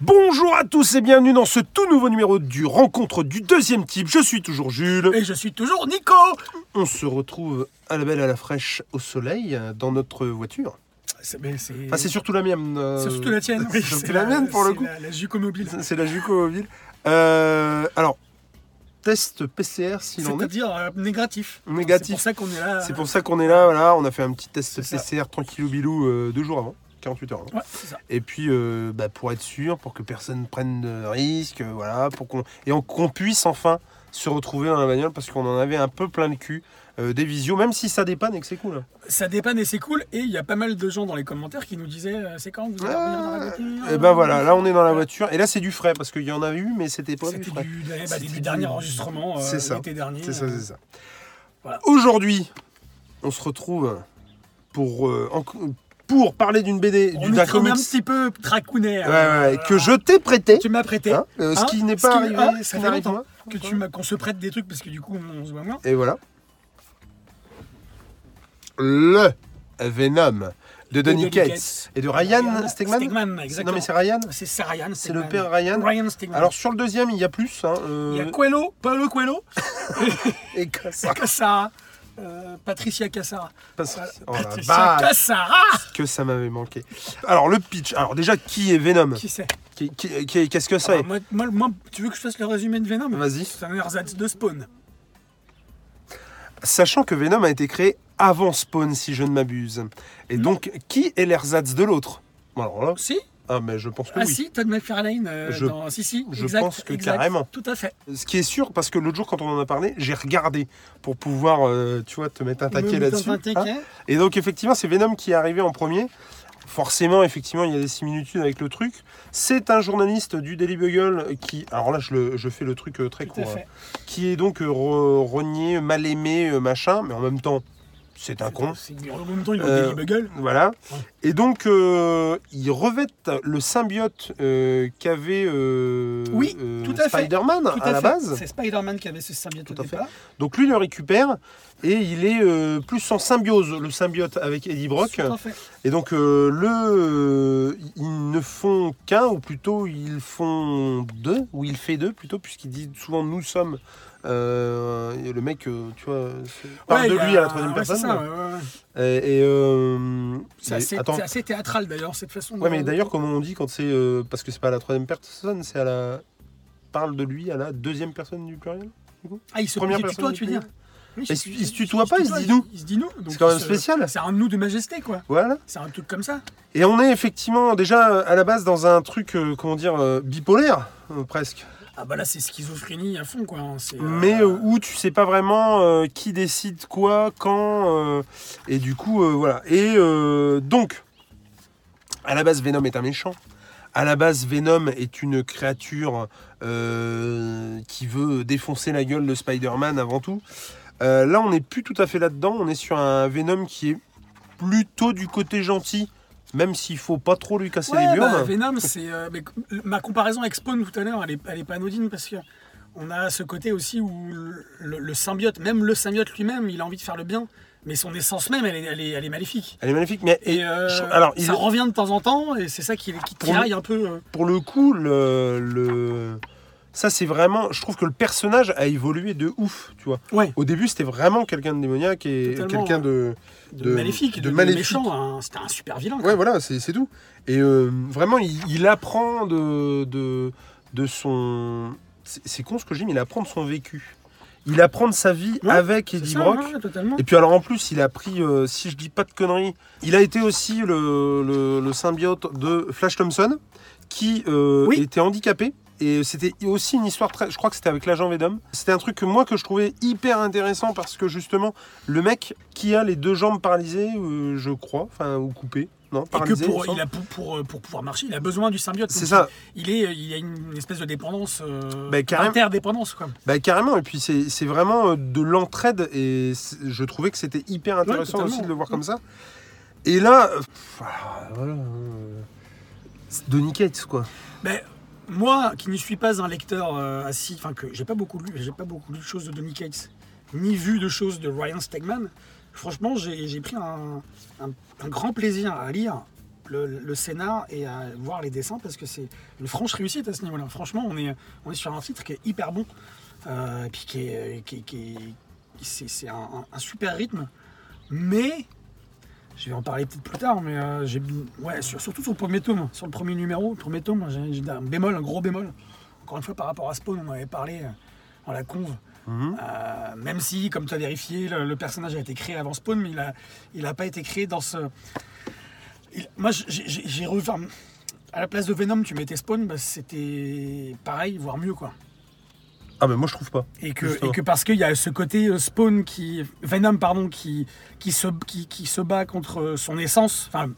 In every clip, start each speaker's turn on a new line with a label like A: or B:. A: Bonjour à tous et bienvenue dans ce tout nouveau numéro du Rencontre du deuxième type. Je suis toujours Jules.
B: Et je suis toujours Nico
A: On se retrouve à la belle à la fraîche au soleil euh, dans notre voiture.
B: C'est mais c'est-
A: Enfin, c'est surtout la mienne. euh,
B: c'est surtout la tienne.
A: c'est surtout la mienne, pour le
B: c'est
A: coup.
B: La, la Juco Mobile.
A: C'est la Juco mobile. Euh, alors, test PCR s'il en est.
B: C'est-à-dire euh, négatif.
A: Négatif.
B: C'est pour ça qu'on est là.
A: C'est pour ça qu'on est là, voilà, on a fait un petit test
B: C'est ça.
A: PCR tranquillou bilou euh, deux jours avant, 48 heures hein. avant.
B: Ouais, c'est ça.
A: Et puis euh, bah, pour être sûr, pour que personne ne prenne de risques, euh, voilà, pour qu'on et on- qu'on puisse enfin se retrouver dans la bagnole parce qu'on en avait un peu plein le cul euh, des visios, même si ça dépanne et que c'est cool. hein.
B: Ça dépanne et c'est cool. Et il y a pas mal de gens dans les commentaires qui nous disaient euh, c'est quand que vous allez revenir dans la voiture
A: Et ben voilà, là on est dans la voiture et là c'est du frais parce qu'il y en a eu mais c'était pas du
B: C'était
A: frais.
B: du, eh ben,
A: C'était
B: du
A: du-
B: dernier enregistrement euh,
A: C'est ça.
B: l'été dernier.
A: C'est ça,
B: Euh,
A: c'est ça.
B: Voilà.
A: Aujourd'hui, on se retrouve pour euh, en- pour parler d'une BD,
B: Euh, On
A: du- d'un
B: est on est
A: comics
B: un petit peu tracounet.
A: ouais, ouais, ouais, que je t'ai prêté.
B: Tu m'as prêté.
A: Hein, euh, ce
B: Hein,
A: qui n'est
B: ce
A: pas
B: qui-
A: arrivé,
B: ah,
A: ce
B: ça
A: qui
B: fait
A: n'arrive
B: longtemps
A: pas.
B: que tu m'as- qu'on se prête des trucs parce que du coup on se voit moins.
A: Et voilà. Le Venom de Donny
B: Donny
A: Cates
B: Cates.
A: et de Ryan Stegman.
B: exactement.
A: Non mais c'est Ryan.
B: C'est ça, Ryan.
A: C'est le
B: Stegman.
A: père Ryan.
B: Ryan Stegman.
A: Alors sur le deuxième, il y a plus. Hein, euh, Ah.
B: il y a Coelho, Paolo Coelho,
A: et Cassa.
B: Cassara, euh, Patricia Cassara.
A: Oh la
B: Patricia
A: vache,
B: Cassara
A: que ça m'avait manqué. Alors le pitch. Alors déjà, qui est Venom
B: Qui Ah, bah, c'est
A: Qui- qui- qui- Qu'est-ce que ça
B: Alors,
A: est
B: moi, moi- moi, tu veux que je fasse le résumé de Venom
A: Vas-y.
B: C'est un ersatz de Spawn.
A: Sachant que Venom a été créé avant Spawn, si je ne m'abuse.
B: Mm.
A: Et donc, qui est l'ersatz de l'autre Bon, Alors là,
B: Si
A: ah mais je pense que
B: Ah
A: oui.
B: si, Todd McFarlane. euh,
A: Je-
B: dans... Si, si,
A: je
B: exact,
A: pense que
B: exact,
A: carrément.
B: Tout à fait.
A: Ce qui est sûr, parce que l'autre jour, quand on en a parlé, j'ai regardé pour pouvoir, euh, tu vois, te mettre un
B: Me-
A: taquet
B: me-
A: là-dessus.
B: un taquet.
A: hein. Et donc, effectivement, c'est Venom qui est arrivé en premier. Forcément, effectivement, il y a des similitudes avec le truc. C'est un journaliste du Daily Bugle qui, alors là, je, le- je fais le truc euh, très
B: Tout à
A: court,
B: fait.
A: hein. qui est donc euh, re- rogné, mal aimé, euh, machin, mais en même temps, c'est un con.
B: C'est- c'est- En même temps, il a
A: Euh,
B: Daily Bugle.
A: Voilà.
B: Ouais.
A: Et donc, euh, ils revêtent le symbiote euh, qu'avait euh,
B: Oui,
A: euh,
B: tout à fait.
A: Spider-Man
B: Tout
A: à, la
B: fait.
A: base.
B: C'est Spider-Man qui avait ce symbiote
A: Tout
B: au
A: à fait.
B: départ.
A: Donc lui le récupère et il est euh, plus en symbiose, le symbiote avec Eddie Brock.
B: Tout à fait.
A: Et donc euh, le, euh, ils ne font qu'un, ou plutôt ils font deux, ou il fait deux plutôt, puisqu'il dit souvent nous sommes. Euh, et le mec, euh, tu vois, se parle
B: Ouais,
A: de
B: il y a-
A: lui à la troisième
B: ouais,
A: personne.
B: C'est ça, ouais, ouais, ouais.
A: Et, et, euh,
B: C'est
A: mais
B: assez,
A: attends.
B: c'est assez théâtral d'ailleurs, cette façon de-
A: Ouais, mais d'ailleurs, comment on dit quand c'est. euh, parce que c'est pas à la troisième personne, c'est à la. Parle de lui à la deuxième personne du pluriel
B: Ah, il se
A: première
B: il tutoie,
A: personne
B: tu
A: du
B: veux dire
A: pluriel.
B: Oui,
A: Et
B: je-
A: il
B: je-
A: se
B: je-
A: tutoie pas, il se dit nous.
B: Il se dit nous. donc
A: C'est quand même
B: il se-
A: spécial.
B: C'est un nous de majesté, quoi.
A: Voilà.
B: C'est un truc comme ça.
A: Et on est effectivement déjà euh, à la base dans un truc, euh, comment dire, euh, bipolaire, euh, presque.
B: Ah, bah là, c'est schizophrénie à fond, quoi. hein, c'est, euh,
A: Mais euh, où tu sais pas vraiment euh, qui décide quoi, quand. euh, et du coup, euh, voilà. Et euh, donc, à la base, Venom est un méchant. À la base, Venom est une créature euh, qui veut défoncer la gueule de Spider-Man avant tout. Euh, là, on n'est plus tout à fait là-dedans. On est sur un Venom qui est plutôt du côté gentil, même s'il faut pas trop lui casser
B: ouais,
A: les burnes.
B: bah, Venom, c'est. euh, mais co- ma comparaison avec Spawn tout à l'heure, elle est, elle est pas anodine parce que. On a ce côté aussi où le, le- le symbiote, même le symbiote lui-même, il a envie de faire le bien, mais son essence même, elle est, elle est, elle est maléfique.
A: Elle est magnifique, mais
B: Et,
A: et,
B: euh,
A: je- alors, il-
B: ça revient de temps en temps, et c'est ça qui, qui
A: Pour le-
B: tiraille un peu. euh,
A: pour le coup, le, le- ça c'est vraiment. Je trouve que le personnage a évolué de ouf, tu vois.
B: Ouais.
A: Au début, c'était vraiment quelqu'un de démoniaque et
B: Totalement,
A: quelqu'un
B: ouais.
A: de.
B: de,
A: de-
B: maléfique,
A: de
B: de,
A: maléfique.
B: méchant. hein. C'était un super vilain. quoi.
A: Ouais, voilà, c'est c'est tout. Et euh, vraiment, il, il apprend de, de, de son. C'est c'est con ce que j'ai, mais il apprend de son vécu. Il apprend de sa vie
B: Ouais,
A: avec
B: C'est
A: Eddie
B: ça,
A: Brock.
B: ouais, totalement.
A: Et puis alors en plus, il a pris, euh, si je dis pas de conneries, il a été aussi le, le- le symbiote de Flash Thompson, qui euh,
B: Oui.
A: était handicapé. Et c'était aussi une histoire très... Je crois que c'était avec l'agent Venom. C'était un truc que moi que je trouvais hyper intéressant parce que justement, le mec qui a les deux jambes paralysées, euh, je crois, enfin, ou coupées, non,
B: Et que
A: paralysées.
B: pour,
A: il me
B: il
A: semble.
B: a, pour, pour, euh, pour pouvoir marcher, il a besoin du symbiote.
A: C'est
B: Donc,
A: ça,
B: Il, est, il a une espèce de dépendance, euh,
A: Bah, carrément.
B: interdépendance. Quoi.
A: bah, carrément. Et puis c'est c'est vraiment euh, de l'entraide et c'est- je trouvais que c'était hyper intéressant
B: totalement.
A: aussi de le voir comme ça. Et là, euh, pff, ah, voilà. euh, c'est Donny Cates, quoi.
B: Mais Ben, moi, qui ne suis pas un lecteur euh, assis, enfin que j'ai pas beaucoup lu, j'ai pas beaucoup lu de choses de Donny Cates, ni vu de choses de Ryan Stegman. Franchement, j'ai j'ai pris un, un- un grand plaisir à lire le, le scénar et à voir les dessins parce que c'est une franche réussite à ce niveau-là. Franchement, on est, on est sur un titre qui est hyper bon. Euh, et puis qui est, qui, qui- c'est, c'est un, un- un super rythme. Mais, je vais en parler peut-être plus tard, mais euh, j'ai, ouais, sur- surtout sur le premier tome, sur le premier numéro, le premier tome, j'ai, j'ai un bémol, un gros bémol. Encore une fois, par rapport à Spawn, on en avait parlé euh, dans la conve.
A: Mhm.
B: Euh, même si, comme tu as vérifié, le, le personnage a été créé avant Spawn, mais il n'a il a pas été créé dans ce. il- Moi, j'ai- j'ai j'ai revu. enfin, À la place de Venom, tu mettais Spawn, bah, c'était pareil, voire mieux, quoi.
A: Ah, mais moi, je trouve pas.
B: Et que,
A: Justement.
B: et que parce qu'il y a ce côté euh, Spawn qui. Venom, pardon, qui, qui, se, qui, qui se bat contre euh, son essence. Enfin,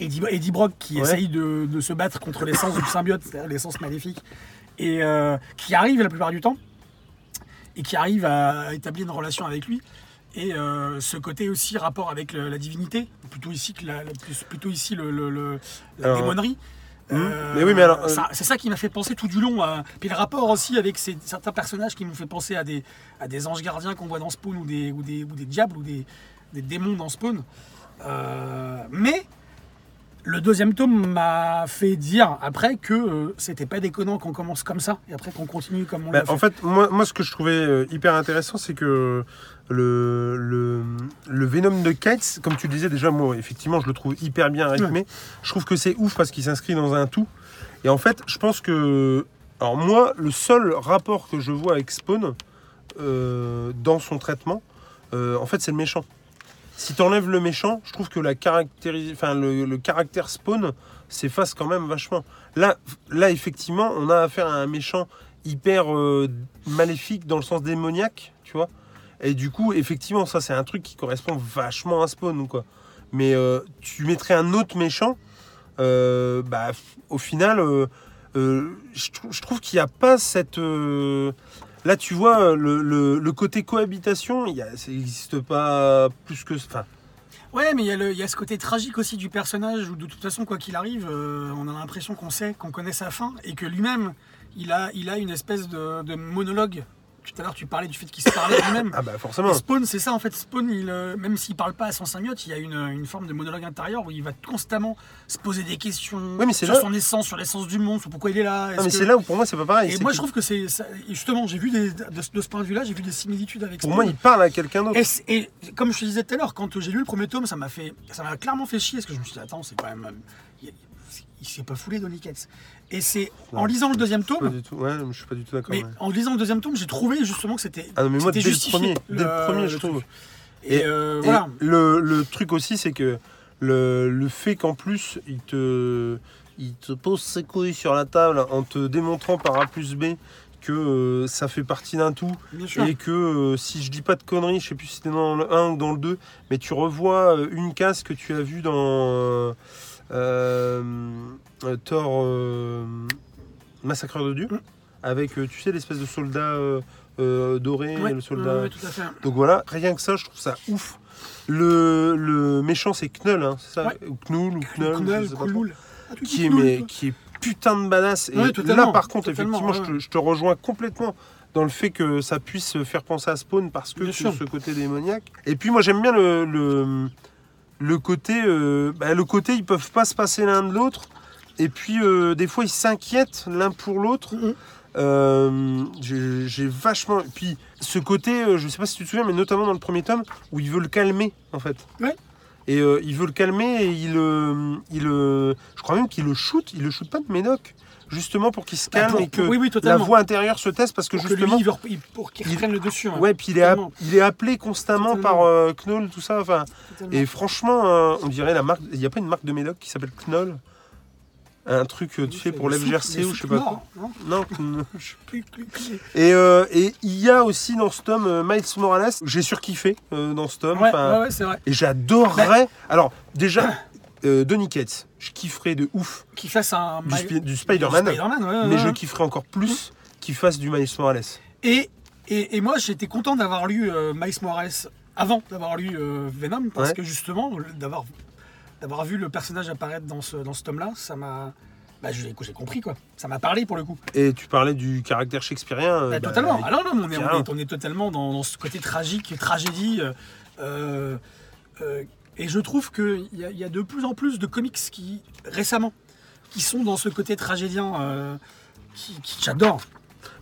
B: Eddie, Eddie Brock qui
A: Ouais.
B: essaye de, de se battre contre l'essence du symbiote, c'est-à-dire l'essence maléfique, et euh, qui arrive la plupart du temps, et qui arrive à établir une relation avec lui. Et euh, ce côté aussi rapport avec le- la divinité, plutôt ici, que la, la- plus- plutôt ici le, le- le- la
A: Alors,
B: démonerie.
A: hmm, mais oui, mais alors, euh,
B: ça- c'est ça qui m'a fait penser tout du long. à- Puis le rapport aussi avec ces, certains personnages qui m'ont fait penser à des, à des anges gardiens qu'on voit dans Spawn ou des, ou des, ou des diables ou des, des démons dans Spawn. Euh, mais le deuxième tome m'a fait dire après que euh, c'était pas déconnant qu'on commence comme ça et après qu'on continue comme on
A: Bah,
B: l'a
A: en
B: fait.
A: fait, moi, moi, ce que je trouvais euh, hyper intéressant, c'est que le, le, le Venom de Cates, comme tu le disais déjà, moi, effectivement, je le trouve hyper bien rythmé. Je trouve que c'est ouf parce qu'il s'inscrit dans un tout. Et en fait, je pense que. Alors, moi, le seul rapport que je vois avec Spawn euh, dans son traitement, euh, en fait, c'est le méchant. Si t'enlèves le méchant, je trouve que la caractéris- enfin, le, le caractère Spawn s'efface quand même vachement. Là, là, effectivement, on a affaire à un méchant hyper euh, maléfique dans le sens démoniaque, tu vois. Et du coup, effectivement, ça, c'est un truc qui correspond vachement à Spawn, quoi. Mais euh, tu mettrais un autre méchant, euh, bah, au final, euh, euh, je, trou- je trouve qu'il n'y a pas cette. euh, Là, tu vois, le, le- le côté cohabitation, il y a- ça n'existe pas plus que. Enfin,
B: Ouais, mais il y, a le- il y a ce côté tragique aussi du personnage où de toute façon, quoi qu'il arrive, euh, on a l'impression qu'on sait, qu'on connaît sa fin et que lui-même, il a, il a une espèce de, de monologue. Tout à l'heure, tu parlais du fait qu'il se parlait lui-même.
A: ah bah forcément.
B: Et Spawn, c'est ça en fait. Spawn, il, euh, même s'il parle pas à son symbiote, il y a une, une forme de monologue intérieur où il va constamment se poser des questions
A: Oui, mais c'est
B: sur
A: là-
B: son essence, sur l'essence du monde, sur pourquoi il est là. est-ce
A: Ah, mais
B: que-
A: c'est là où pour moi, c'est pas pareil.
B: Et
A: C'est
B: moi,
A: que
B: je trouve que c'est ça- et justement, j'ai vu des- de, de ce point de vue-là, j'ai vu des similitudes avec
A: Pour
B: Spawn.
A: moi, il parle à quelqu'un d'autre.
B: Et, c'est- et comme je te disais tout à l'heure, quand j'ai lu le premier tome, ça m'a fait, ça m'a clairement fait chier parce que je me suis dit attends, c'est quand même, euh, il, il s'est pas foulé Donny Cates. Et c'est
A: Non,
B: en lisant le deuxième
A: Je suis pas
B: tome,
A: du tout- ouais, je suis pas du tout d'accord.
B: mais
A: ouais.
B: en lisant le deuxième tome, j'ai trouvé justement que c'était,
A: Ah non, mais moi, dès
B: c'était
A: le
B: justifié,
A: premier, dès le premier, je
B: truc.
A: trouve.
B: Et,
A: Et-
B: euh,
A: Et
B: voilà.
A: le, le truc aussi, c'est que le, le fait qu'en plus, il te, il te pose ses couilles sur la table en te démontrant par A plus B que euh, ça fait partie d'un tout
B: Bien sûr.
A: et que euh, si je dis pas de conneries, je sais plus si c'était dans le 1 ou dans le 2, mais tu revois euh, une case que tu as vue dans euh, euh, euh, Thor euh, Massacreur de Dieu,
B: Mm.
A: avec, euh, tu sais, l'espèce de soldat euh, euh, doré,
B: Ouais,
A: le soldat...
B: ouais, ouais, tout à fait.
A: Donc voilà, rien que ça, je trouve ça ouf. Le, le méchant, c'est Knull, hein, c'est ça
B: Ouais.
A: Ou Knull, ou Knull, je
B: Knoll,
A: sais pas trop.
B: Kouloul. Ah, tu dis
A: Qui est,
B: Kouloul,
A: mais-
B: toi.
A: qui est putain de badass. Et
B: Ouais,
A: là,
B: totalement,
A: par contre,
B: totalement,
A: effectivement, je, te, je te rejoins complètement dans le fait que ça puisse faire penser à Spawn parce que
B: Bien
A: tu-
B: sûr.
A: ce côté démoniaque. Et puis moi, j'aime bien le, le, le côté, euh, bah, le côté, ils peuvent pas se passer l'un de l'autre. Et puis, euh, des fois, ils s'inquiètent l'un pour l'autre.
B: Mhm.
A: Euh, j'ai j'ai vachement. Puis ce côté, euh, je sais pas si tu te souviens, mais notamment dans le premier tome, où il veut le calmer en fait.
B: Ouais.
A: Et euh, il veut le calmer et il, euh, il, euh, je crois même qu'il le shoot. Il le shoot pas de Médoc, justement pour qu'il se
B: Ah,
A: calme
B: pour-
A: et que
B: pour- oui, oui,
A: la
B: totalement.
A: voix intérieure se teste parce que
B: Pour que lui,
A: justement.
B: il veut rep- il- pour qu'il
A: il-
B: reprenne le dessus. hein.
A: Ouais, puis il est, app-
B: totalement.
A: il est appelé constamment
B: Totalement.
A: par euh, Knoll, tout ça. Enfin,
B: Totalement.
A: et franchement, euh, on dirait la marque. Il n'y a pas une marque de Médoc qui s'appelle Knoll, un truc, euh, tu sais, pour
B: Des
A: l'FGRC
B: soupes-
A: ou
B: des
A: je sais
B: soupes
A: pas. quoi.
B: morts, hein. non
A: Non, Knoll.
B: Je sais plus, plus, plus.
A: Et, euh, et il y a aussi dans ce tome euh, Miles Morales. J'ai surkiffé euh, dans ce tome.
B: Ouais,
A: Enfin,
B: ouais, ouais, c'est vrai.
A: Et j'adorerais. Alors, déjà, euh, Donny Cates, je kifferais de ouf
B: Qu'il fasse un
A: du,
B: ma-
A: spi- du
B: du
A: Spider-Man,
B: Spider-Man, ouais, ouais,
A: mais je
B: ouais. Mm.
A: kifferais encore plus qu'il fasse du Miles Morales.
B: Et, et, et moi, j'étais content d'avoir lu euh, Miles Morales avant d'avoir lu euh, Venom, parce
A: Ouais.
B: que justement, le- d'avoir d'avoir vu le personnage apparaître dans ce, dans ce tome-là, ça m'a. Bah, je l'ai- j'ai compris, quoi. Ça m'a parlé pour le coup.
A: Et tu parlais du caractère shakespearien. euh,
B: Bah,
A: bah,
B: totalement. Ah non, non, mais on est, on
A: Tiens.
B: est- on est totalement dans, dans ce côté tragique, tragédie. euh, euh, euh, Et je trouve qu'il y, a- il y a de plus en plus de comics qui, récemment, qui sont dans ce côté tragédien euh, qui, qui- j'adore.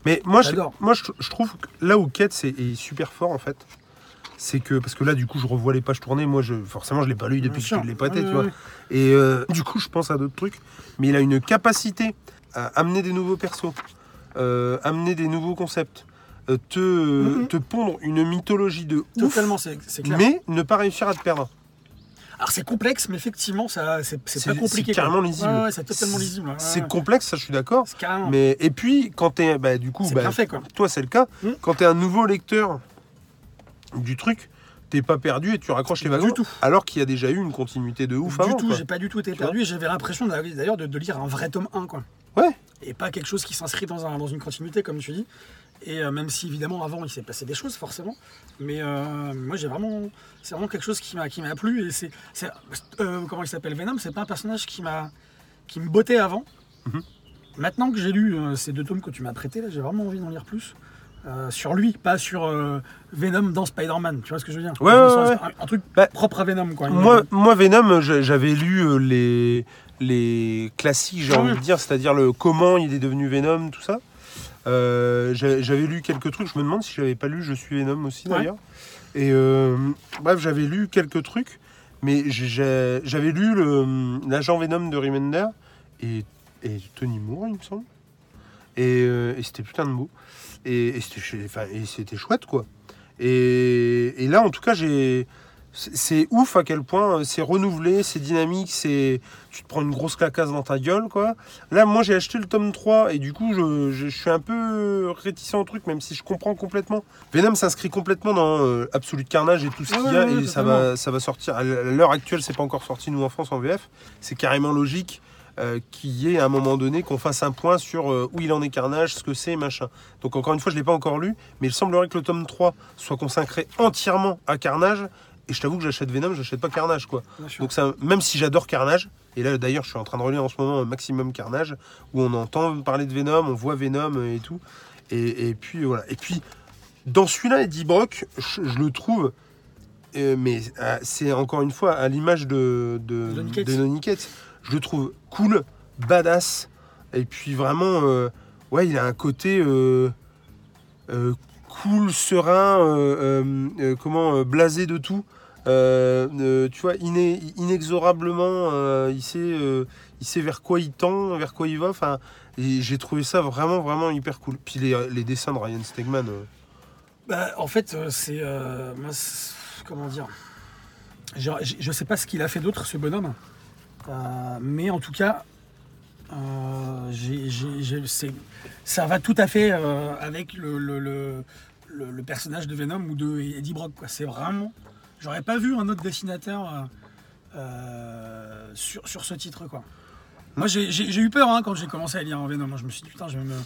A: Mais moi, je,
B: J'adore.
A: moi je, je trouve que là où Kate c'est- est, super fort en fait, c'est que parce que là du coup je revois les pages tournées. Moi, je, forcément, je l'ai pas lu depuis que
B: sûr.
A: je l'ai pas
B: Ouais,
A: tu
B: ouais,
A: vois.
B: ouais.
A: Et euh, du coup, je pense à d'autres trucs. Mais il a une capacité à amener des nouveaux persos, euh, amener des nouveaux concepts, euh, te
B: Mhm.
A: te pondre une mythologie de ouf,
B: Totalement, c'est c'est clair.
A: mais ne pas réussir à te perdre.
B: Alors c'est complexe, mais effectivement, ça, c'est c'est pas compliqué.
A: C'est carrément
B: quoi.
A: lisible.
B: Ouais, ouais, c'est totalement lisible. ouais,
A: C'est
B: ouais.
A: complexe, ça, je suis d'accord.
B: C'est carrément.
A: Mais et puis quand t'es bah, du coup
B: C'est
A: bah,
B: bien fait, quoi.
A: toi c'est le cas
B: Mm.
A: quand t'es un nouveau lecteur du truc t'es pas perdu et tu raccroches les
B: Du
A: wagons
B: tout.
A: alors qu'il y a déjà eu une continuité de ouf
B: du
A: avant
B: tout,
A: quoi.
B: j'ai pas du tout été
A: vois
B: perdu. et J'avais l'impression d'av- d'ailleurs de, de lire un vrai tome 1, quoi.
A: Ouais.
B: Et pas quelque chose qui s'inscrit dans, un- dans une continuité, comme tu dis. Et euh, même si évidemment avant il s'est passé des choses forcément, mais euh, moi j'ai vraiment, c'est vraiment quelque chose qui m'a qui m'a plu et c'est, c'est- euh, comment il s'appelle Venom, c'est pas un personnage qui m'a qui me bottait avant.
A: Mhm.
B: Maintenant que j'ai lu euh, ces deux tomes que tu m'as prêtés là, j'ai vraiment envie d'en lire plus. euh, sur lui, pas sur euh, Venom dans Spider-Man, tu vois ce que je veux dire
A: Ouais,
B: Je me
A: ouais,
B: sens
A: ouais.
B: Un, un truc
A: Bah,
B: propre à Venom quoi.
A: moi moi Venom je- j'avais lu euh, les les classiques j'ai
B: Ah
A: envie
B: ouais.
A: de dire c'est-à-dire le comment il est devenu Venom tout ça Euh, j'a- j'avais lu quelques trucs je me demande si j'avais pas lu je suis Venom aussi
B: Ouais.
A: d'ailleurs et euh, bref j'avais lu quelques trucs mais j'ai- j'ai- j'avais lu le- hum, l'agent Venom de Remender et, et Tony Moore, il me semble. Et, euh, et c'était putain de beau. Et, et c'était ch- enfin, et c'était chouette, quoi. Et, et là, en tout cas, j'ai. C'est c'est ouf à quel point euh, c'est renouvelé, c'est dynamique, c'est tu te prends une grosse clacasse dans ta gueule quoi. Là moi j'ai acheté le tome 3 et du coup je, je- je suis un peu réticent au truc même si je comprends complètement. Venom s'inscrit complètement dans euh, Absolute Carnage et tout ce
B: Ouais,
A: qu'il y a
B: ouais,
A: et
B: ouais,
A: ça
B: totalement.
A: va ça va sortir à l'heure actuelle c'est pas encore sorti nous en France en VF, c'est carrément logique euh, qu'il y ait à un moment donné qu'on fasse un point sur euh, où il en est Carnage, ce que c'est, machin. Donc encore une fois, je ne l'ai pas encore lu, mais il semblerait que le tome 3 soit consacré entièrement à Carnage. Et je t'avoue que j'achète Venom, j'achète pas Carnage, quoi.
B: Bien sûr.
A: Donc ça, même si j'adore Carnage, et là d'ailleurs je suis en train de relire en ce moment Maximum Carnage, où on entend parler de Venom, on voit Venom euh, et tout. Et, et puis voilà. Et puis dans celui-là, Eddie Brock, je, je le trouve, euh, mais euh, c'est encore une fois à l'image de, de,
B: De Donny Cates.
A: de Donny Cates. je le trouve cool, badass, et puis vraiment, euh, ouais, il a un côté euh, euh, cool, serein, euh, euh, euh, comment, euh, blasé de tout. Euh, euh, tu vois, iné- inexorablement, euh, il, sait, euh, il sait vers quoi il tend, vers quoi il va. Enfin, et j'ai trouvé ça vraiment, vraiment hyper cool. Puis les, les dessins de Ryan Stegman. euh,
B: Bah, en fait, euh, c'est. euh, moi, c'est- comment dire Genre, j- Je sais pas ce qu'il a fait d'autre, ce bonhomme. Euh, mais en tout cas, euh, j'ai- j'ai- j'ai- c'est- ça va tout à fait euh, avec le, le- le- le- le personnage de Venom ou de Eddie Brock. quoi. C'est vraiment. J'aurais pas vu un autre dessinateur euh, euh, sur, sur ce titre. Quoi. Moi, j'ai- j'ai j'ai eu peur hein, quand j'ai commencé à lire en Venom. Moi, Je me suis dit, putain, je vais me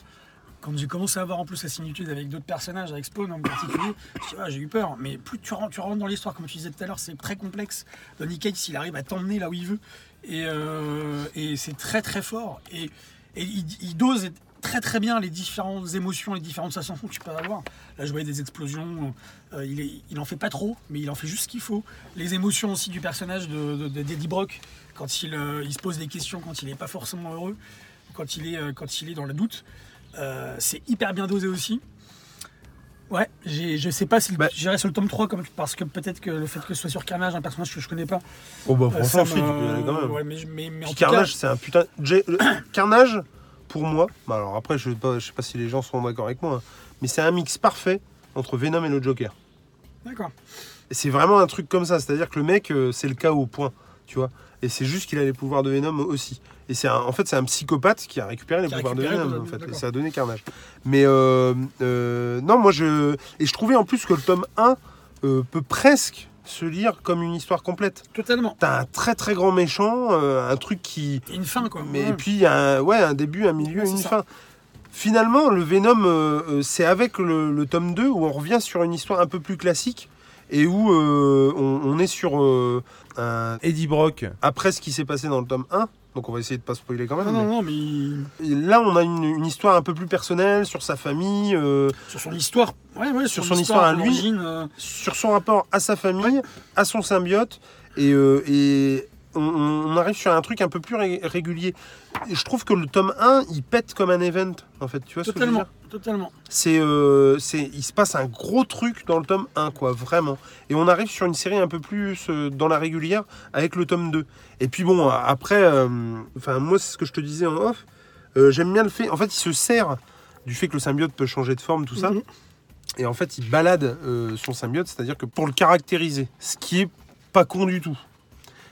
B: quand j'ai commencé à voir en plus la similitude avec d'autres personnages, avec Spawn en particulier, je me suis dit, Ah, j'ai eu peur. Mais plus tu rentres, tu rentres dans l'histoire, comme tu disais tout à l'heure, c'est très complexe. Donny Cates, il arrive à t'emmener là où il veut. Et, euh, et c'est très très fort. Et, et il, il dose très très bien les différentes émotions, les différentes sensations que tu peux avoir. Là, je voyais des explosions. euh, il, est- il en fait pas trop, mais il en fait juste ce qu'il faut. Les émotions aussi du personnage de, de, de- d'Eddie Brock, quand il, euh, il se pose des questions, quand il n'est pas forcément heureux, quand il est, euh, quand il est dans le doute. Euh, c'est hyper bien dosé aussi. Ouais, j'ai- je sais pas si le-
A: Bah.
B: j'irai sur le tome 3 comme, parce que peut-être que le fait que ce soit sur Carnage, un personnage que je connais pas.
A: Oh bah
B: euh,
A: franchement,
B: ça
A: si, tu
B: me-
A: peux y aller quand même.
B: ouais, mais, je- mais- mais en
A: Puis
B: tout cas,
A: Carnage, c'est un putain. j'ai- le- Carnage, pour moi, bah alors après, je sais pas, je sais pas si les gens sont d'accord avec moi, hein, mais c'est un mix parfait entre Venom et le Joker.
B: D'accord.
A: Et C'est vraiment un truc comme ça, c'est-à-dire que le mec, euh, c'est le chaos, point, tu vois. Et c'est juste qu'il a les pouvoirs de Venom aussi. Et c'est un- en fait, c'est un psychopathe qui a récupéré les
B: Qui a
A: pouvoirs
B: récupéré
A: de
B: le
A: Venom, en
B: pouvoir
A: fait.
B: de-
A: Et
B: d'accord.
A: ça a donné Carnage. Mais euh, euh, non, moi, je. Et je trouvais en plus que le tome 1 euh, peut presque se lire comme une histoire complète.
B: Totalement.
A: T'as un très très grand méchant, euh, un truc qui,
B: Et Une fin quoi.
A: mais
B: Ouais.
A: et puis, il y a un, ouais, un début, un milieu,
B: Ouais, c'est
A: une
B: ça.
A: fin. Finalement, le Venom, euh, euh, c'est avec le, le tome 2 où on revient sur une histoire un peu plus classique et où euh, on, on est sur euh, un-
C: Eddie Brock.
A: après ce qui s'est passé dans le tome 1. Donc on va essayer de pas spoiler quand même.
B: Ah Non, non, non, mais il-
A: mais- et là, on a une, une histoire un peu plus personnelle sur sa famille, euh,
B: sur son histoire, ouais, ouais,
A: Sur son histoire à lui.
B: l'origine, euh,
A: sur son rapport à sa famille, à son symbiote Et, euh, et on, on arrive sur un truc un peu plus ré- régulier. Et Je trouve que le tome 1, il pète comme un event, en fait. Tu vois ce que je veux
B: Totalement,
A: dire
B: totalement.
A: C'est, euh, c'est- il se passe un gros truc dans le tome 1, quoi, vraiment. Et on arrive sur une série un peu plus euh, dans la régulière avec le tome 2. Et puis bon, après, euh, enfin moi c'est ce que je te disais en off, euh, j'aime bien le fait. En fait, il se sert du fait que le symbiote peut changer de forme, tout ça.
B: Mhm.
A: Et en fait, il balade euh, son symbiote, c'est-à-dire que pour le caractériser, ce qui est pas con du tout.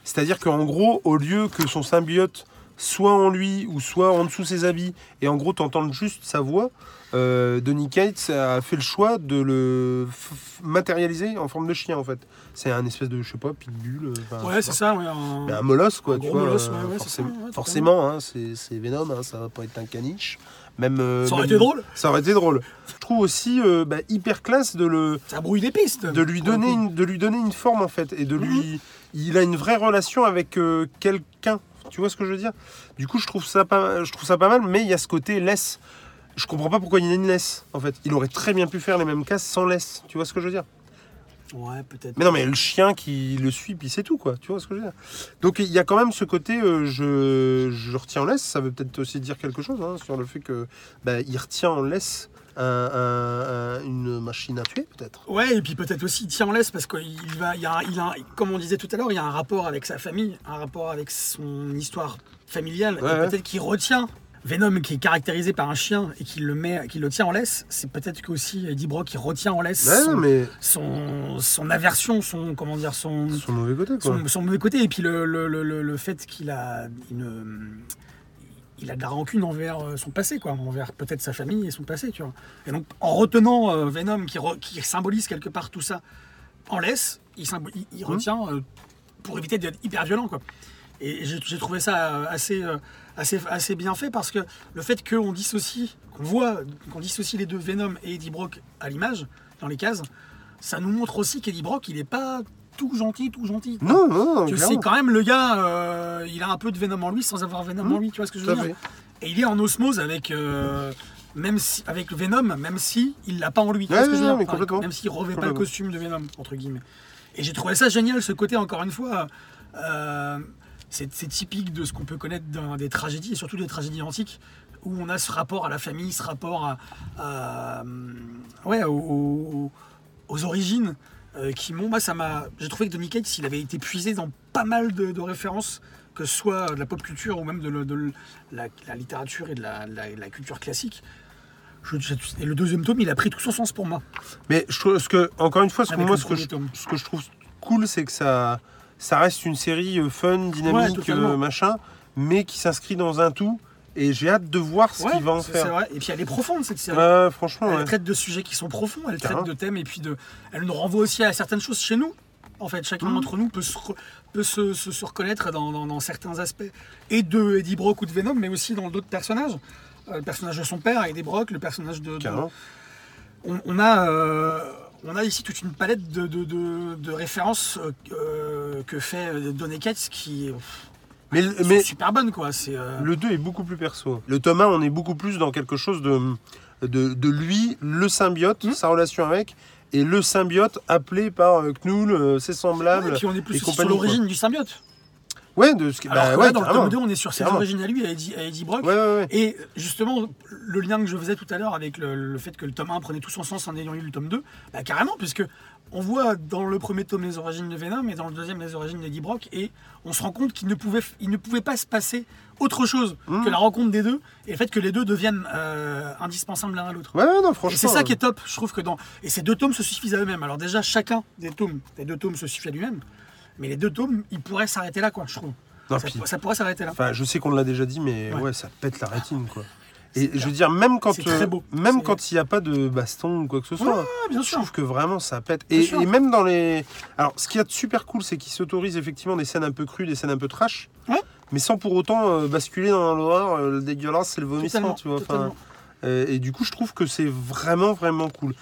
A: C'est-à-dire qu'en gros, au lieu que son symbiote soit en lui ou soit en dessous de ses habits, et en gros t'entends juste sa voix, euh, Donny Cates a fait le choix de le f- f- matérialiser en forme de chien en fait. C'est un espèce de, je sais pas, pitbull. euh, enfin,
B: Ouais,
A: je sais
B: c'est
A: pas.
B: ça. ouais, en-
A: Mais un molosse, Bah, quoi,
B: Un
A: tu
B: gros
A: vois.
B: molosse,
A: euh,
B: ouais, ouais, c'est ça,
A: forcément,
B: ouais, totalement.
A: forcément, hein, c'est, c'est Venom, hein, ça va pas être un caniche. Même, euh,
B: Ça aurait
A: même-
B: été drôle.
A: Ça aurait été drôle. Je trouve aussi euh, bah, hyper classe de, le,
B: Ça brouille des pistes.
A: de, lui
B: pour le
A: donner
B: coup.
A: une, de lui donner une forme, en fait. Et de lui. Il a une vraie relation avec euh, quelqu'un. Tu vois ce que je veux dire Du coup, je trouve, ça pas, je trouve ça pas mal, mais il y a ce côté laisse. Je comprends pas pourquoi il y a une laisse, en fait. Il aurait très bien pu faire les mêmes cases sans laisse. Tu vois ce que je veux dire
B: Ouais, peut-être.
A: mais non, mais le chien qui le suit, puis c'est tout, quoi. Tu vois ce que je veux dire Donc il y a quand même ce côté, euh, je, je retiens en laisse. Ça veut peut-être aussi dire quelque chose hein, sur le fait que bah, il retient en laisse un- un- un- une machine à tuer, peut-être.
B: Ouais, et puis peut-être aussi il tient en laisse parce qu'il va, il y a, un- il a, un- comme on disait tout à l'heure, il y a un rapport avec sa famille, un rapport avec son histoire familiale.
A: Ouais,
B: et
A: ouais.
B: peut-être qu'il retient Venom qui est caractérisé par un chien et qui le met, qui le tient en laisse. C'est peut-être qu'aussi Eddie Brock qui retient en laisse
A: Ouais,
B: son,
A: non, mais
B: son, son aversion, son comment dire, son,
A: son mauvais côté, quoi.
B: son, son mauvais côté. Et puis le, le, le, le- le fait qu'il a une. Il a de la rancune envers euh, son passé, quoi, envers peut-être sa famille et son passé, tu vois. Et donc, en retenant euh, Venom, qui, re- qui symbolise quelque part tout ça, en laisse, il, symbo- il- il retient euh, pour éviter d'être hyper violent, quoi. Et j'ai j'ai trouvé ça euh, assez, euh, assez, assez bien fait parce que le fait qu'on dissocie, qu'on voit, qu'on dissocie les deux Venom et Eddie Brock à l'image, dans les cases, ça nous montre aussi qu'Eddie Brock, il n'est pas tout gentil, tout gentil. quoi.
A: Non, non, non,
B: Tu sais,
A: clairement.
B: quand même, le gars, euh, il a un peu de Venom en lui sans avoir Venom
A: Mmh,
B: en lui, tu vois ce que je
A: Tout
B: veux
A: à
B: dire
A: fait.
B: Et il est en osmose avec, euh, même si, avec Venom, même si il l'a pas en lui, tu vois
A: Ouais,
B: ce que je veux
A: ouais,
B: dire
A: mais
B: Enfin,
A: complètement.
B: Même s'il revêt pas le
A: Complètement.
B: costume de Venom, entre guillemets. Et j'ai trouvé ça génial, ce côté, encore une fois, euh, c'est c'est typique de ce qu'on peut connaître dans des tragédies, et surtout des tragédies antiques, où on a ce rapport à la famille, ce rapport à, à, hum, ouais, au- au- aux origines euh, qui m'ont. Moi, ça m'a. J'ai trouvé que Donny Cates, il avait été puisé dans pas mal de, de références, que ce soit de la pop culture ou même de, le- de le- la, la littérature et de la, la- la culture classique. Je- je- et le deuxième tome, il a pris tout son sens pour moi.
A: Mais je trouve ce que, encore une fois, ce que
B: Avec
A: moi,
B: le
A: ce que,
B: Ah, premier
A: je,
B: tome.
A: ce que je trouve cool, c'est que ça, ça reste une série euh, fun,
B: Ouais,
A: dynamique,
B: totalement.
A: euh, machin, mais qui s'inscrit dans un tout. Et j'ai hâte de voir ce qu'il va en
B: c'est c'est
A: faire.
B: vrai. Et puis elle est profonde cette série.
A: Ouais, franchement,
B: Elle
A: ouais.
B: traite de sujets qui sont profonds, elle traite
A: Carrément.
B: de thèmes et puis de, elle nous renvoie aussi à certaines choses chez nous. En fait, chacun
A: Mhm.
B: d'entre nous peut se, re- peut se, se- se reconnaître dans, dans- dans certains aspects, et de Eddie Brock ou de Venom, mais aussi dans d'autres personnages. Euh, le personnage de son père, Eddie Brock, le personnage de... de-
A: Carrément.
B: on, on a, euh, on a ici toute une palette de, de- de- de références euh, euh, que fait euh, Donny Cates qui
A: Mais,
B: est
A: mais
B: super bonne, quoi. C'est... euh,
A: le 2 est beaucoup plus perso. Le tome 1, on est beaucoup plus dans quelque chose de, de, de lui, le symbiote,
B: Mhm.
A: sa relation avec, et le symbiote appelé par euh, Knoul, euh, ses
B: ouais,
A: semblables.
B: et
A: Ouais,
B: puis on est
A: et
B: plus aussi sur
A: compagnie, quoi.
B: l'origine du symbiote.
A: de ce qui-
B: Alors
A: bah
B: que là,
A: ouais,
B: dans le
A: carrément.
B: tome 2, on est sur ses
A: Carrément.
B: origines à lui, à Eddie, à Eddie Brock.
A: Ouais, ouais, ouais.
B: Et justement, le lien que je faisais tout à l'heure avec le, le fait que le tome 1 prenait tout son sens en ayant eu le tome 2, bah carrément, puisque on voit dans le premier tome les origines de Venom et dans le deuxième les origines d'Eddie Brock, et on se rend compte qu'il ne pouvait, il ne pouvait pas se passer autre chose
A: Mhm.
B: que la rencontre des deux et le fait que les deux deviennent euh, indispensables l'un à l'autre.
A: Ouais, ouais, non,
B: Et
A: franchement.
B: c'est ça qui
A: euh,
B: est top, je trouve que dans. Et ces deux tomes se suffisent à eux-mêmes. Alors déjà, chacun des tomes, des deux tomes se suffit à lui-même, mais les deux tomes, ils pourraient s'arrêter là, quoi, je trouve.
A: non,
B: ça,
A: puis-
B: ça pourrait s'arrêter là.
A: Enfin, je sais qu'on l'a déjà dit, mais
B: Ouais.
A: ouais. ça pète la rétine, quoi.
B: C'est
A: Et
B: clair.
A: je veux dire, même quand,
B: C'est très
A: euh,
B: beau.
A: même
B: C'est-
A: quand il n'y a pas de baston ou quoi que ce soit,
B: Ah, bien
A: je
B: sûr.
A: trouve que vraiment ça pète.
B: Bien
A: Et,
B: sûr.
A: et même dans les. Alors, ce qu'il y a de super cool, c'est qu'ils s'autorisent effectivement des scènes un peu crues, des scènes un peu trash,
B: Ouais.
A: mais sans pour autant euh, basculer dans l'horreur, euh, le dégueulasse et le vomissant,
B: Totalement,
A: tu vois. Enfin,
B: totalement.
A: euh, et du coup, je trouve que c'est vraiment, vraiment cool.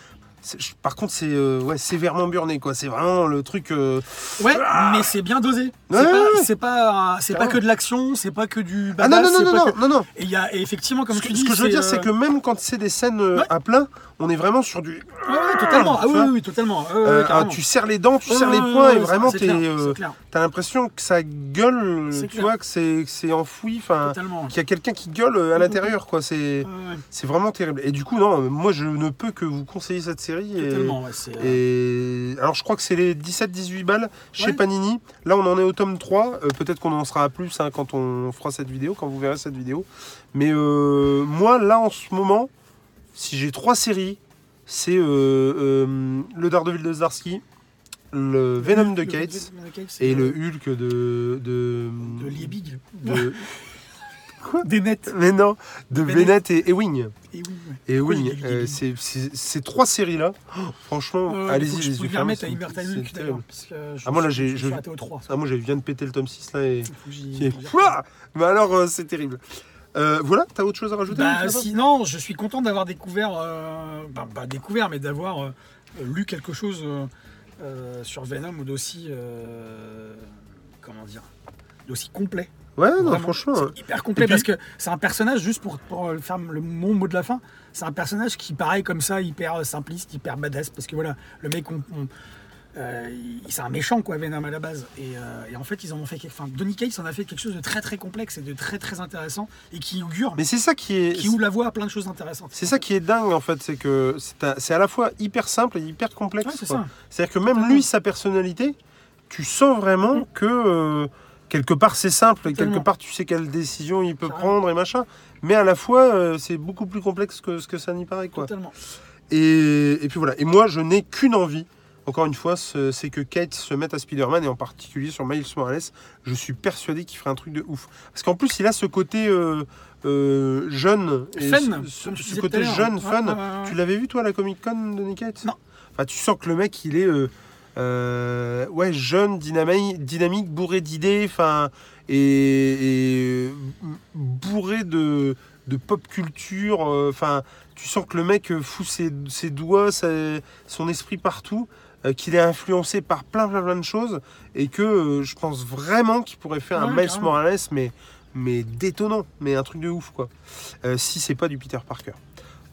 A: c'est- je- par contre, c'est euh, ouais, sévèrement burné, quoi. C'est vraiment le truc. euh,
B: Ouais,
A: Ah
B: mais c'est bien dosé. C'est
A: Ouais, ouais,
B: pas-
A: ouais.
B: c'est pas, un- c'est pas
A: Carrément.
B: que de l'action, c'est pas que du
A: Ah non, non,
B: badass,
A: non,
B: Bah, c'est
A: non,
B: pas
A: non,
B: que-
A: non, non.
B: Et il y a et effectivement, comme
A: Ce
B: tu
A: que,
B: dis,
A: ce que je veux dire,
B: euh,
A: c'est que même quand c'est des scènes euh,
B: Ouais.
A: à plein, on est vraiment sur du.
B: Ouais, ouais, totalement. Ah
A: Tu
B: oui,
A: vois
B: oui, oui, totalement. Ouais, ouais,
A: Euh, ah,
B: carrément.
A: tu serres les dents, tu
B: Ouais,
A: serres
B: ouais,
A: les
B: ouais,
A: poings
B: ouais,
A: et vraiment,
B: c'est
A: t'es,
B: clair,
A: euh,
B: c'est clair,
A: t'as l'impression que ça gueule,
B: C'est
A: tu
B: clair.
A: vois, que c'est, que c'est enfoui, enfin,
B: totalement. Mm,
A: qu'il y a quelqu'un qui gueule euh, à l'intérieur, quoi. C'est,
B: Ouais, ouais,
A: c'est vraiment terrible. Et du coup, non, moi, je ne peux que vous conseiller cette série. Et,
B: totalement, ouais, c'est, euh,
A: et- alors, je crois que c'est les 17-18 balles chez
B: Ouais.
A: Panini. Là, on en est au tome 3. Euh, peut-être qu'on en sera à plus hein, quand on fera cette vidéo, quand vous verrez cette vidéo. Mais euh, moi, là, en ce moment, si j'ai trois séries, c'est euh, euh, le Daredevil de Zdarsky, le Venom de
B: euh, le-
A: Cates
B: le- le- c'est- euh,
A: et le Hulk de. de,
B: de Liebig.
A: de-
B: Des nets.
A: mais non, de Bennett
B: Bennett.
A: et Ewing.
B: Et oui, ouais.
A: Et
B: Pourquoi
A: oui,
B: il y a
A: euh,
B: Liebig
A: c'est- c'est- ces trois séries-là, oh, franchement,
B: Euh, faut
A: allez-y,
B: que
A: les
B: Je
A: yeux
B: peux
A: fermés.
B: remettre à
A: c'est-
B: Immortal
A: c'est
B: Hulk
A: terrible.
B: d'ailleurs. parce que je
A: Ah, moi, là,
B: suis-
A: j'ai-
B: Je
A: je-
B: suis arrêté au 3.
A: Ah, moi, je viens de péter le tome 6 là et. qui
B: J'ai-
A: est- Ouah Mais alors, euh, c'est terrible. Euh, voilà, t'as autre chose à rajouter
B: Bah,
A: Nicolas
B: sinon, je suis content d'avoir découvert, euh, bah, bah, découvert, mais d'avoir euh, lu quelque chose euh, euh, sur Venom ou d'aussi, euh, comment dire, d'aussi complet.
A: Ouais, non,
B: Vraiment,
A: franchement. hein.
B: c'est hyper complet
A: Ah. Et puis-
B: parce que c'est un personnage juste pour, pour euh, faire le, mon mot de la fin. C'est un personnage qui paraît comme ça hyper euh, simpliste, hyper badass parce que voilà, le mec, on, on- euh, il- c'est un méchant quoi, Venom à la base. Et, euh, et en fait, ils en ont fait, quelque- enfin, Donny Cates en a fait quelque chose de très très complexe et de très très intéressant et qui augure,
A: Mais c'est ça qui est.
B: qui ouvre la voie à plein de choses intéressantes.
A: C'est ça qui est dingue en fait, c'est que c'est à, c'est à la fois hyper simple et hyper complexe.
B: Ouais, c'est
A: quoi.
B: ça.
A: C'est-à-dire que même lui, sa personnalité, tu sens
B: Mm.
A: vraiment que euh, quelque part c'est simple et quelque
B: Totalement.
A: part tu sais quelle décision il peut
B: Carrément.
A: prendre et machin. Mais à la fois, euh, c'est beaucoup plus complexe que ce que ça n'y paraît quoi.
B: Totalement.
A: Et, et puis voilà. Et moi, je n'ai qu'une envie. Encore une fois, ce- c'est que Kate se mette à Spider-Man et en particulier sur Miles Morales. Je suis persuadé qu'il ferait un truc de ouf. Parce qu'en plus, il a ce côté euh, euh, jeune. et
B: Fun,
A: ce-
B: comme
A: ce,
B: je
A: ce
B: disais tout à
A: côté
B: l'heure. Ah, bah,
A: jeune,
B: Ouais,
A: fun.
B: ouais, ouais,
A: Tu
B: ouais.
A: l'avais vu, toi, à la Comic Con de Nick Cage
B: Non.
A: Enfin, tu sens que le mec, il est euh, euh, ouais, jeune, dynamique, dynamique bourré d'idées, enfin, et, et, euh, bourré de, de pop culture. euh, Enfin, tu sens que le mec euh, fout ses, ses doigts, sa- son esprit partout, euh, qu'il est influencé par plein, plein, plein de choses, et que euh, je pense vraiment qu'il pourrait faire un
B: Ouais,
A: Miles
B: carrément.
A: Morales, mais, mais détonnant, mais un truc de ouf, quoi. Euh, si c'est pas du Peter Parker.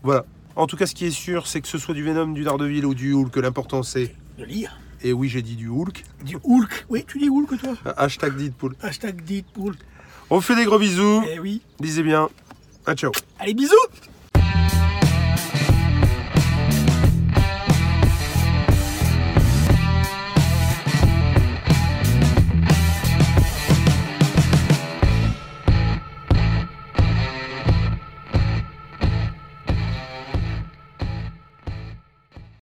A: Voilà. En tout cas, ce qui est sûr, c'est que ce soit du Venom, du Daredevil ou du Hulk, l'important c'est,
B: De lire.
A: et oui, j'ai dit du Hulk,
B: Du Hulk. Oui, tu dis Hulk toi
A: euh, hashtag Deadpool.
B: Hashtag dit Hulk.
A: On vous fait des gros bisous,
B: Eh oui.
A: lisez bien, à ciao.
B: Allez, bisous